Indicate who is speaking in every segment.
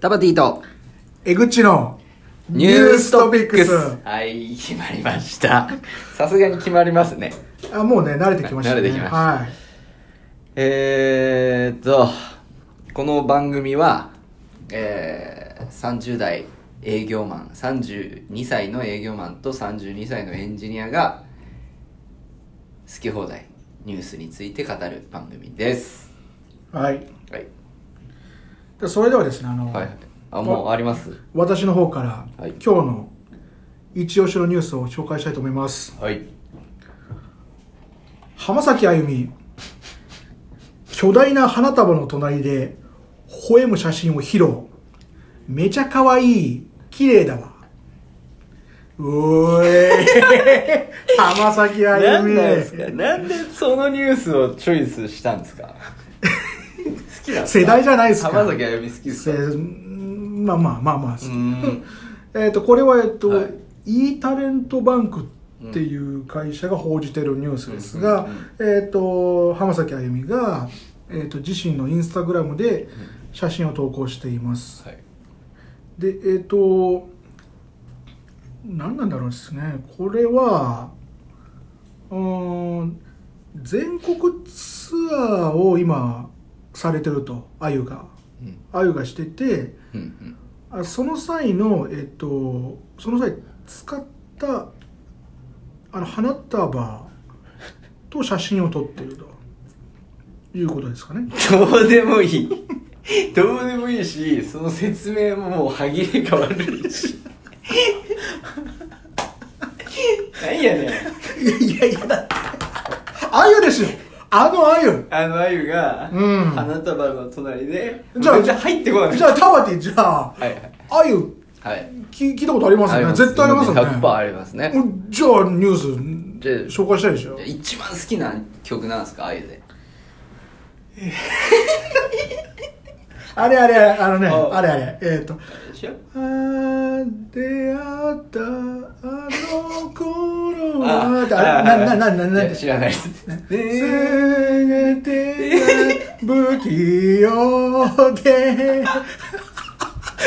Speaker 1: タバティと
Speaker 2: えぐちの
Speaker 1: ニューストピックスはい決まりましたさすがに決まりますね
Speaker 2: あもうね慣れてきましたね
Speaker 1: 慣れてきました
Speaker 2: はい
Speaker 1: えーっとこの番組は、えー、30代営業マン32歳の営業マンと32歳のエンジニアが好き放題ニュースについて語る番組です
Speaker 2: はい
Speaker 1: はい、
Speaker 2: でそれではですねあの、
Speaker 1: はい、あもうあります
Speaker 2: 私の方から、
Speaker 1: はい
Speaker 2: 今日の一押しのニュースを紹介したいと思います
Speaker 1: はい
Speaker 2: 浜崎あゆみ巨大な花束の隣で微笑む写真を披露めちゃ可愛い綺麗だわうおえ 浜崎あゆみ
Speaker 1: なんでそのニュースをチョイスしたんですか好きなんですか
Speaker 2: 世代じゃないですか
Speaker 1: 浜崎あゆみ好きです
Speaker 2: せ
Speaker 1: かう
Speaker 2: うんまあまあまあまあ、
Speaker 1: ーん
Speaker 2: えっとこれは、えっと
Speaker 1: はい
Speaker 2: e タレントバンクっていう会社が報じてるニュースですが、えっと浜崎あゆみが、えっと自身のインスタグラムで写真を投稿しています、
Speaker 1: はい
Speaker 2: でえっ、と何なんだろうですねこれはうーん全国ツアーを今されてるとあゆが
Speaker 1: うん
Speaker 2: あゆがしてて
Speaker 1: うん
Speaker 2: あその際のえっとその際使ったあの花束と写真を撮ってるということですかね
Speaker 1: うんどうでもいいどうでもいいしその説明ももう歯切れが悪いし何やねん
Speaker 2: いやいやいやだってあゆですよあのあゆ
Speaker 1: あのあゆが
Speaker 2: うん
Speaker 1: 花束の隣で
Speaker 2: じゃあ
Speaker 1: めっちゃ入ってこない
Speaker 2: じゃあタワティじゃあ
Speaker 1: はいはい
Speaker 2: あゆ
Speaker 1: はい
Speaker 2: 聞聞いたことあります
Speaker 1: あ
Speaker 2: よ
Speaker 1: り
Speaker 2: ね
Speaker 1: ます
Speaker 2: 絶対ありますよね
Speaker 1: 100%ありますね
Speaker 2: うんじゃあニュ
Speaker 1: じゃあ
Speaker 2: ース紹介したいでしょ
Speaker 1: じゃあ一番好きな曲なんですかあゆで
Speaker 2: あれあれあのね
Speaker 1: あ
Speaker 2: あれあれえっ、と
Speaker 1: でしょ
Speaker 2: あー出会ったあの頃はってあれ
Speaker 1: はいは
Speaker 2: ないななななんで
Speaker 1: 知らないです。
Speaker 2: せめて不器用で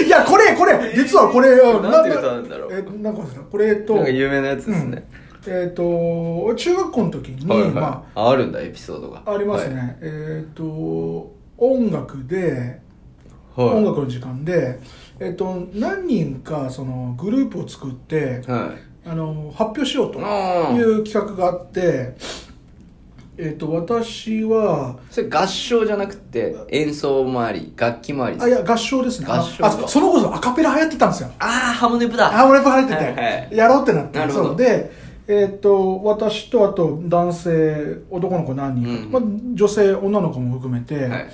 Speaker 2: いやこれこれ実はこれ
Speaker 1: なんて歌なんだろう
Speaker 2: えなんかこれえっと
Speaker 1: なんか有名なやつですね。
Speaker 2: うんえっ、と中学校の時に、
Speaker 1: はいはい
Speaker 2: ま
Speaker 1: ああるんだエピソードが。
Speaker 2: あ、ありますね、えっ、と音楽で、
Speaker 1: はい。はい。
Speaker 2: 音楽の時間で、えっと何人かそのグループを作って、
Speaker 1: はい。
Speaker 2: あの発表しようと
Speaker 1: うん
Speaker 2: いう企画があって、えっと私は
Speaker 1: それ合唱じゃなくて演奏もあり楽器もあり。
Speaker 2: あいや合唱ですね
Speaker 1: 合唱
Speaker 2: ああその頃アカペラ流行ってたんですよ
Speaker 1: あーハムネプだ。
Speaker 2: あ俺も入ってて、
Speaker 1: はいはい
Speaker 2: やろうってなって
Speaker 1: なるほど
Speaker 2: そうでえっと私とあと男性男の子何人か、
Speaker 1: う
Speaker 2: まあ、女性女の子も含めて、
Speaker 1: はい。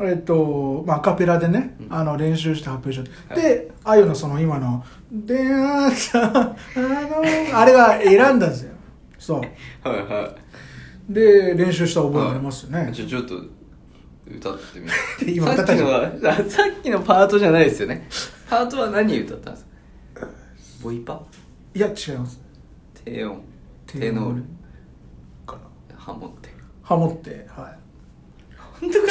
Speaker 2: えっと、まあ、アカペラでね、
Speaker 1: うん
Speaker 2: あの練習して発表しよう、
Speaker 1: はい
Speaker 2: であゆのその今の「であったあの」あれが選んだんですよそう
Speaker 1: はいは
Speaker 2: で練習した覚えがありますよね、
Speaker 1: い。じゃあちょっと歌ってみよう。
Speaker 2: 今
Speaker 1: さ
Speaker 2: 歌
Speaker 1: っ
Speaker 2: っ
Speaker 1: き
Speaker 2: たじ
Speaker 1: の
Speaker 2: ゃん
Speaker 1: はささっきのパートじゃないですよね。パートは何歌ったんですか。ボイパ、
Speaker 2: いや違います
Speaker 1: 低音、テノール、
Speaker 2: かな
Speaker 1: ハモって。
Speaker 2: ハモってはい
Speaker 1: 本当か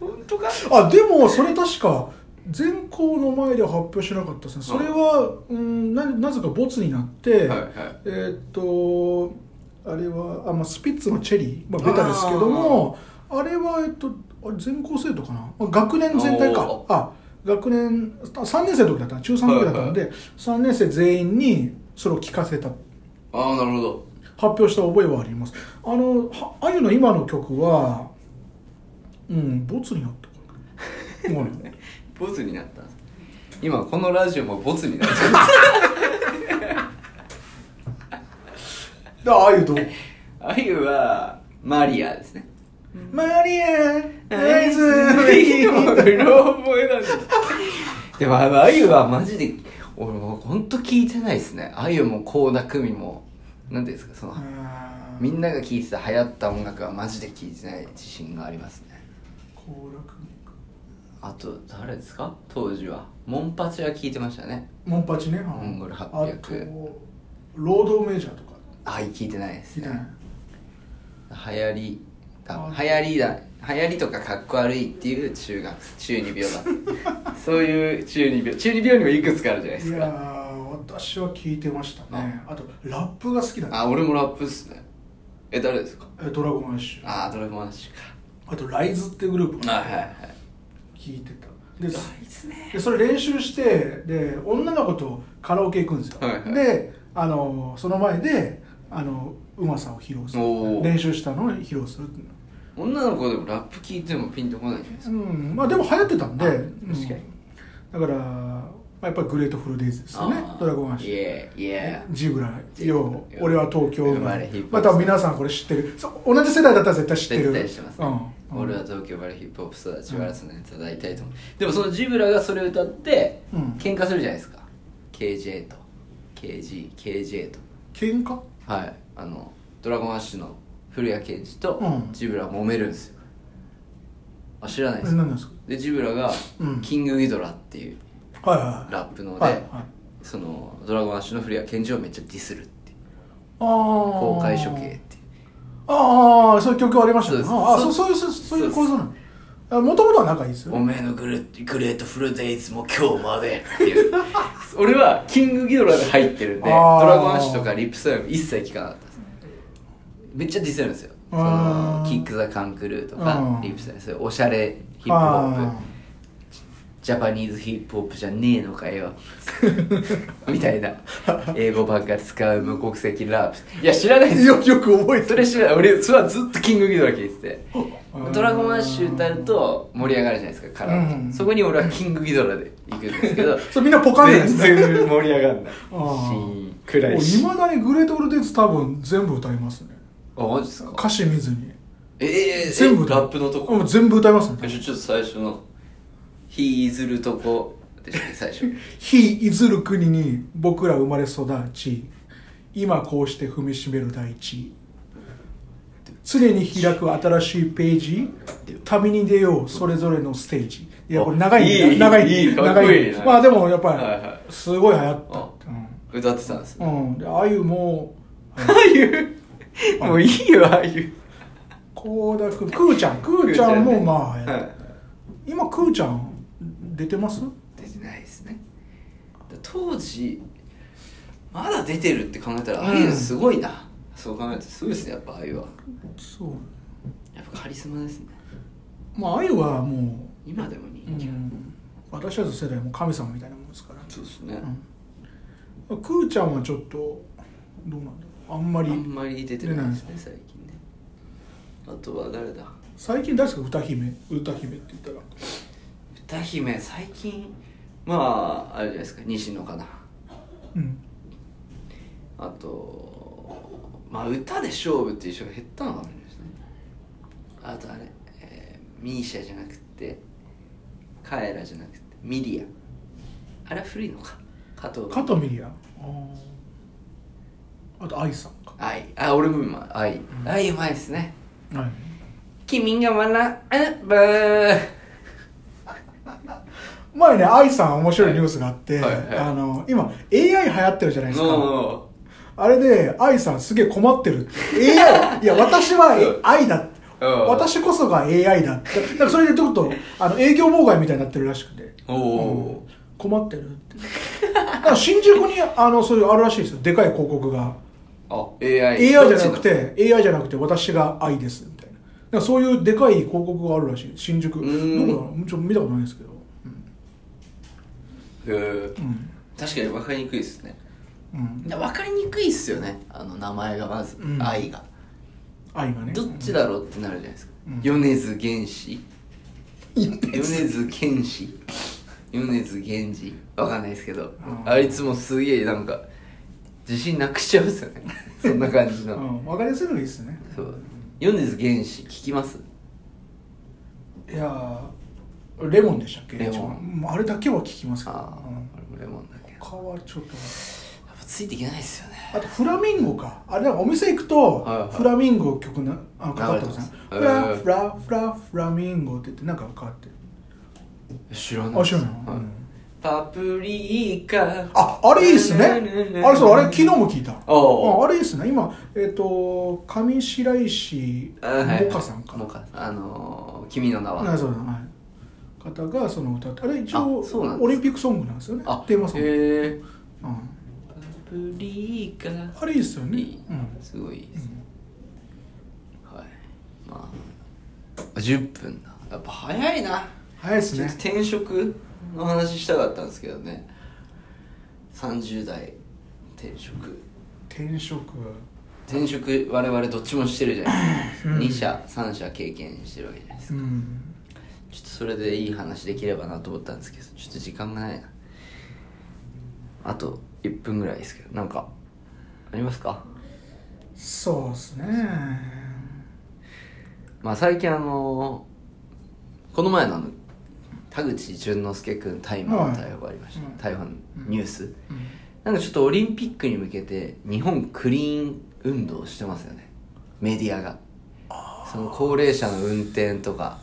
Speaker 1: 本当か
Speaker 2: あでもそれ確か全校の前では発表しなかったですねそれは、うん、ななぜかボツになって、
Speaker 1: はいはい
Speaker 2: えーっとあれはあ、まあ、スピッツのチェリー、まあ、ベタですけどもあれは、えっと、あれ全校生徒かなあ学年全体か
Speaker 1: お
Speaker 2: あ学年あ3年生の時だったな中3の時だったんで、
Speaker 1: は
Speaker 2: 3年生全員にそれを聞かせた
Speaker 1: ああなるほど
Speaker 2: 発表した覚えはありますあのはあゆの今の曲はうんボツになったかなもう ね
Speaker 1: ボツになったんです今このラジオもボツになった
Speaker 2: であゆと
Speaker 1: あゆはマリアですね
Speaker 2: 「マリアナ
Speaker 1: ナ
Speaker 2: イ
Speaker 1: イ
Speaker 2: ス
Speaker 1: ス もううろ覚えなんですでもあのあゆはマジで俺もうほんと聞いてないですねあゆも倖田來未もなんていうんですかその
Speaker 2: あー
Speaker 1: みんなが聴いてた流行った音楽はマジで聴いてない自信がありますね
Speaker 2: 行楽
Speaker 1: あと誰ですか当時はモンパチは聴いてましたね
Speaker 2: モンパチねあの
Speaker 1: モンゴル800
Speaker 2: あとロードメジャーとか
Speaker 1: あい聴いてないです
Speaker 2: 聞い
Speaker 1: ね
Speaker 2: てない
Speaker 1: 流行りだ
Speaker 2: あ
Speaker 1: 流行りだ流行りとかかっこ悪いっていう中学中二 病だそういう中二病中二病にもいくつかあるじゃないで
Speaker 2: い
Speaker 1: す
Speaker 2: や
Speaker 1: か
Speaker 2: ー私は聞いてましたねあとラップが好きだね
Speaker 1: あ俺もラップっすねえ誰ですか
Speaker 2: えドラゴンアッシュ
Speaker 1: ああドラゴンアッシュ
Speaker 2: あとライズっていうグループ
Speaker 1: か
Speaker 2: も
Speaker 1: はいはいはい
Speaker 2: 聞いてたで
Speaker 1: ですね
Speaker 2: でそれ練習してで女の子とカラオケ行くんですよ、
Speaker 1: はいはい
Speaker 2: であのその前であのうまさを披露す
Speaker 1: お
Speaker 2: る
Speaker 1: ー
Speaker 2: 練習したのを披露するっていうの
Speaker 1: 女の子でもラップ聞いてもピンとこないじゃないですか
Speaker 2: うんまあでも流行ってたんで、
Speaker 1: あ
Speaker 2: うん
Speaker 1: 確かに
Speaker 2: だから、まあ、やっぱりグレートフルデイズですよね
Speaker 1: あー
Speaker 2: ドラゴンアッシ
Speaker 1: イ
Speaker 2: ュ
Speaker 1: エーイエ
Speaker 2: ジブラ
Speaker 1: ジブラ
Speaker 2: よう俺は東京生
Speaker 1: 生
Speaker 2: ま
Speaker 1: ま
Speaker 2: れ
Speaker 1: れヒップホップ
Speaker 2: まあ多分皆さんこれ知ってるそう同じ世代だったら絶対知
Speaker 1: ー
Speaker 2: ってる
Speaker 1: 絶対してますね、
Speaker 2: うん、
Speaker 1: 俺は東京バレーヒップホップ育ちバラスのネタ大体と思う、でもそのジブラがそれを歌って
Speaker 2: うん
Speaker 1: 喧嘩するじゃないですか KJ と KGKJ と
Speaker 2: 喧嘩
Speaker 1: はいあのドラゴンアッシュの古谷健二と
Speaker 2: うん
Speaker 1: ジブラ揉めるんですよあ知らない
Speaker 2: え
Speaker 1: ですか
Speaker 2: 何ですか
Speaker 1: でジブラが
Speaker 2: うん
Speaker 1: キングギドラっていう
Speaker 2: はいはい
Speaker 1: ラップので、
Speaker 2: はいはい
Speaker 1: そのドラゴンアッシュの古谷健二をめっちゃディスるっていう公
Speaker 2: 公
Speaker 1: 開処刑っていう
Speaker 2: ああそういう曲ありました
Speaker 1: そう
Speaker 2: ね
Speaker 1: です
Speaker 2: ああそうそういうそうそういう構造なのもともとは仲いいですよ
Speaker 1: お
Speaker 2: ね
Speaker 1: めえのグレグレートフルデイズも今日までって いう俺はキングギドラで入ってるんでド
Speaker 2: あー
Speaker 1: ラゴンアッシュとかリップスライム一切聞かなかったですめっちゃディスるんですよそ
Speaker 2: あ
Speaker 1: の
Speaker 2: ー
Speaker 1: キック・ザ・カンクルーとか、
Speaker 2: うん
Speaker 1: リップスライムそういうおしゃれヒップホッ
Speaker 2: あ
Speaker 1: プジャパニーズヒップホップじゃねえのかよみたいな英語ばっか使う無国籍ラップいや知らないで
Speaker 2: ー
Speaker 1: すよ
Speaker 2: よよく覚えて
Speaker 1: それ知らない俺それはずっとキングギドラ聞いてて
Speaker 2: うん
Speaker 1: ドラゴンアッシュ歌うと盛り上がるじゃないですかカラオケ、
Speaker 2: うん
Speaker 1: そこに俺はキングギドラで行くんですけど
Speaker 2: それみんなポカンなんで
Speaker 1: 全
Speaker 2: すね
Speaker 1: 然盛り上がんない
Speaker 2: あー
Speaker 1: シーンくらい
Speaker 2: い
Speaker 1: し
Speaker 2: まだにグレートオルデイズ多分全部歌いますね
Speaker 1: あマジですか
Speaker 2: 歌詞見ずに
Speaker 1: えええ
Speaker 2: 全部歌う
Speaker 1: ラップのとこ
Speaker 2: うん全部歌いますね
Speaker 1: ちょちょっと最初の「日譲るとこ」でしたね最初
Speaker 2: 日いずる国に僕ら生まれ育ち今こうして踏みしめる大地常に開く新しいページ旅に出ようそれぞれのステージいやこれ長いんだ
Speaker 1: いい
Speaker 2: 長い
Speaker 1: いいかっこ
Speaker 2: 長
Speaker 1: いい
Speaker 2: まあでもやっ
Speaker 1: はい
Speaker 2: ぱ
Speaker 1: は
Speaker 2: りすごい流行ったって
Speaker 1: 歌ってたんです
Speaker 2: うん、うん、であゆも
Speaker 1: ああいうもういいよああいう
Speaker 2: 倖田君くーちゃんくーちゃんもまあ流行
Speaker 1: は
Speaker 2: った
Speaker 1: い
Speaker 2: 今くーちゃん出てます
Speaker 1: 出てないですね当時まだ出てるって考えたらあゆすごいな、そう考えるとすごいですねやっぱあゆは
Speaker 2: そう
Speaker 1: やっぱカリスマですね
Speaker 2: まああゆはも
Speaker 1: 今でも人
Speaker 2: う、う
Speaker 1: 気、
Speaker 2: ん、私たちの世代も神様みたいなもんですから
Speaker 1: そうですね、
Speaker 2: うん、くーちゃんはちょっとどうなんだろうあんま
Speaker 1: あ
Speaker 2: り
Speaker 1: んまり出てないですね最近ねあとは誰だ
Speaker 2: 最近大好き歌姫歌姫って言っ
Speaker 1: 歌姫最近まああれじゃないですか西野かな
Speaker 2: たらうん
Speaker 1: あとまあ歌で勝負っていう人が減ったのかもしれないですねあとあれ、えー、ミーシャじゃなくてカエラじゃなくてミリアあれは古いのか加藤
Speaker 2: 加藤ミリアあーあと愛さんか
Speaker 1: 愛あ俺も今愛愛うまいですね
Speaker 2: はい
Speaker 1: 君が笑うブー
Speaker 2: 前ね愛さん面白いニュースがあって、
Speaker 1: はいはいはい
Speaker 2: あの今 AI 流行ってるじゃないですか、
Speaker 1: も
Speaker 2: あれで愛さんすげえ困ってるって AI いや私は
Speaker 1: うん
Speaker 2: AI だって
Speaker 1: うん
Speaker 2: 私こそが AI だってだからそれでちょっとあの営業妨害みたいになってるらしくて
Speaker 1: うお
Speaker 2: 困ってるってだから新宿にあのそういうあるらしいですよでかい広告が
Speaker 1: お、あ AI
Speaker 2: AI じゃなく
Speaker 1: どって
Speaker 2: AI じゃなくて私が愛ですみたいなだからそういうでかい広告があるらしい新宿どこだ
Speaker 1: ーん
Speaker 2: ろうちょっと見たことないですけど
Speaker 1: ちなのへー
Speaker 2: うん
Speaker 1: 確かに分かりにくいですね
Speaker 2: うん
Speaker 1: 分かりにくいっすよねあの名前がまず、
Speaker 2: うん
Speaker 1: 愛が
Speaker 2: 愛がね
Speaker 1: どっちだろうってなるじゃないですか、
Speaker 2: うん
Speaker 1: 米津玄師米津玄師米津玄師わかんないですけど、
Speaker 2: うん
Speaker 1: あいつもすげえなんか自信なくしちゃうんですよ ねそんな感じ
Speaker 2: う
Speaker 1: の、
Speaker 2: ん分かりやすいのがいいですね
Speaker 1: そう米津玄師聞きます
Speaker 2: いやーレモンでしたっけ
Speaker 1: レモン
Speaker 2: 一番もうあれだけは聞きますけど、
Speaker 1: ああ、
Speaker 2: うん
Speaker 1: 俺もなんだけどや
Speaker 2: 他はちょっ
Speaker 1: っ
Speaker 2: と
Speaker 1: ぱついていけないですよね
Speaker 2: あとフラミンゴかあれなんかお店行くと、
Speaker 1: はいはい
Speaker 2: フラミンゴ曲なあのかかってますね
Speaker 1: 流
Speaker 2: フ
Speaker 1: れて
Speaker 2: ラ
Speaker 1: ます
Speaker 2: フラフラフラミンゴって言ってなんかかかってる
Speaker 1: 知ら
Speaker 2: あ知らない、
Speaker 1: は
Speaker 2: うん
Speaker 1: パプリカ
Speaker 2: ああれいいっすねあれそうあれ昨日も聞いたあ
Speaker 1: おう
Speaker 2: あれいいっすね今えっ、と上白石
Speaker 1: あはい
Speaker 2: 萌歌さんか
Speaker 1: モカあの君の名
Speaker 2: な
Speaker 1: は
Speaker 2: そうだはい方がその歌ってあれ一応
Speaker 1: あそうなんです
Speaker 2: オリンピックソングなんですよね
Speaker 1: あ
Speaker 2: テーマソング、
Speaker 1: へえ
Speaker 2: うん
Speaker 1: パプリカ
Speaker 2: あれいいですよね
Speaker 1: いい
Speaker 2: うん
Speaker 1: すごいですね、はいまあ10分だやっぱ早いな
Speaker 2: 早いです
Speaker 1: ちょっと
Speaker 2: ね
Speaker 1: 転職の話したかったんですけどね30代転職
Speaker 2: 転職
Speaker 1: 転職我々どっちもしてるじゃないですか
Speaker 2: うん
Speaker 1: 2社3社経験してるわけじゃないです
Speaker 2: う
Speaker 1: か
Speaker 2: ん
Speaker 1: ちょっとそれでいい話できればなと思ったんですけどちょっと時間がないなあと1分ぐらいですけどなんかありますか
Speaker 2: そうですね
Speaker 1: まあ最近あのこの前のあの田口淳之介君大麻の逮捕がありました、
Speaker 2: はい
Speaker 1: 逮捕のニュース、
Speaker 2: うん
Speaker 1: なんかちょっとオリンピックに向けて日本クリーン運動してますよねメディアがその高齢者の運転とか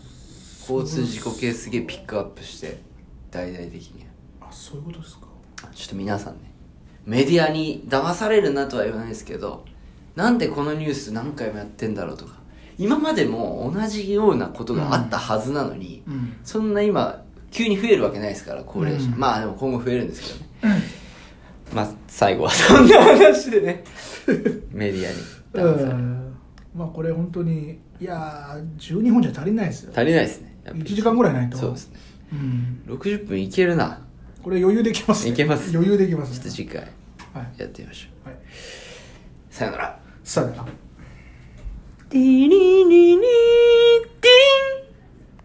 Speaker 1: 交通事故系すげえピックアップして大々的に
Speaker 2: あそういうことですか
Speaker 1: ちょっと皆さんねメディアに騙されるなとは言わないですけどなんでこのニュース何回もやってんだろうとか今までも同じようなことがあったはずなのに、
Speaker 2: うん
Speaker 1: そんな今急に増えるわけないですから高齢者、
Speaker 2: うん
Speaker 1: まあでも今後増えるんですけどねまあ最後はそんな話で ねメディアに
Speaker 2: う
Speaker 1: 騙される
Speaker 2: んまあこれ本当にいやー12本じゃ足りないですよ
Speaker 1: 足りないですねやっぱり
Speaker 2: 1時間ぐらいないと
Speaker 1: そうですね
Speaker 2: うん
Speaker 1: 60分いけるな
Speaker 2: これ余裕できますね
Speaker 1: いけます
Speaker 2: 余裕できま
Speaker 1: ちょっ
Speaker 2: す
Speaker 1: と
Speaker 2: ね
Speaker 1: 次回
Speaker 2: はい
Speaker 1: やってみましょう
Speaker 2: はい
Speaker 1: さよなら
Speaker 2: さよなら
Speaker 1: ティリリリティン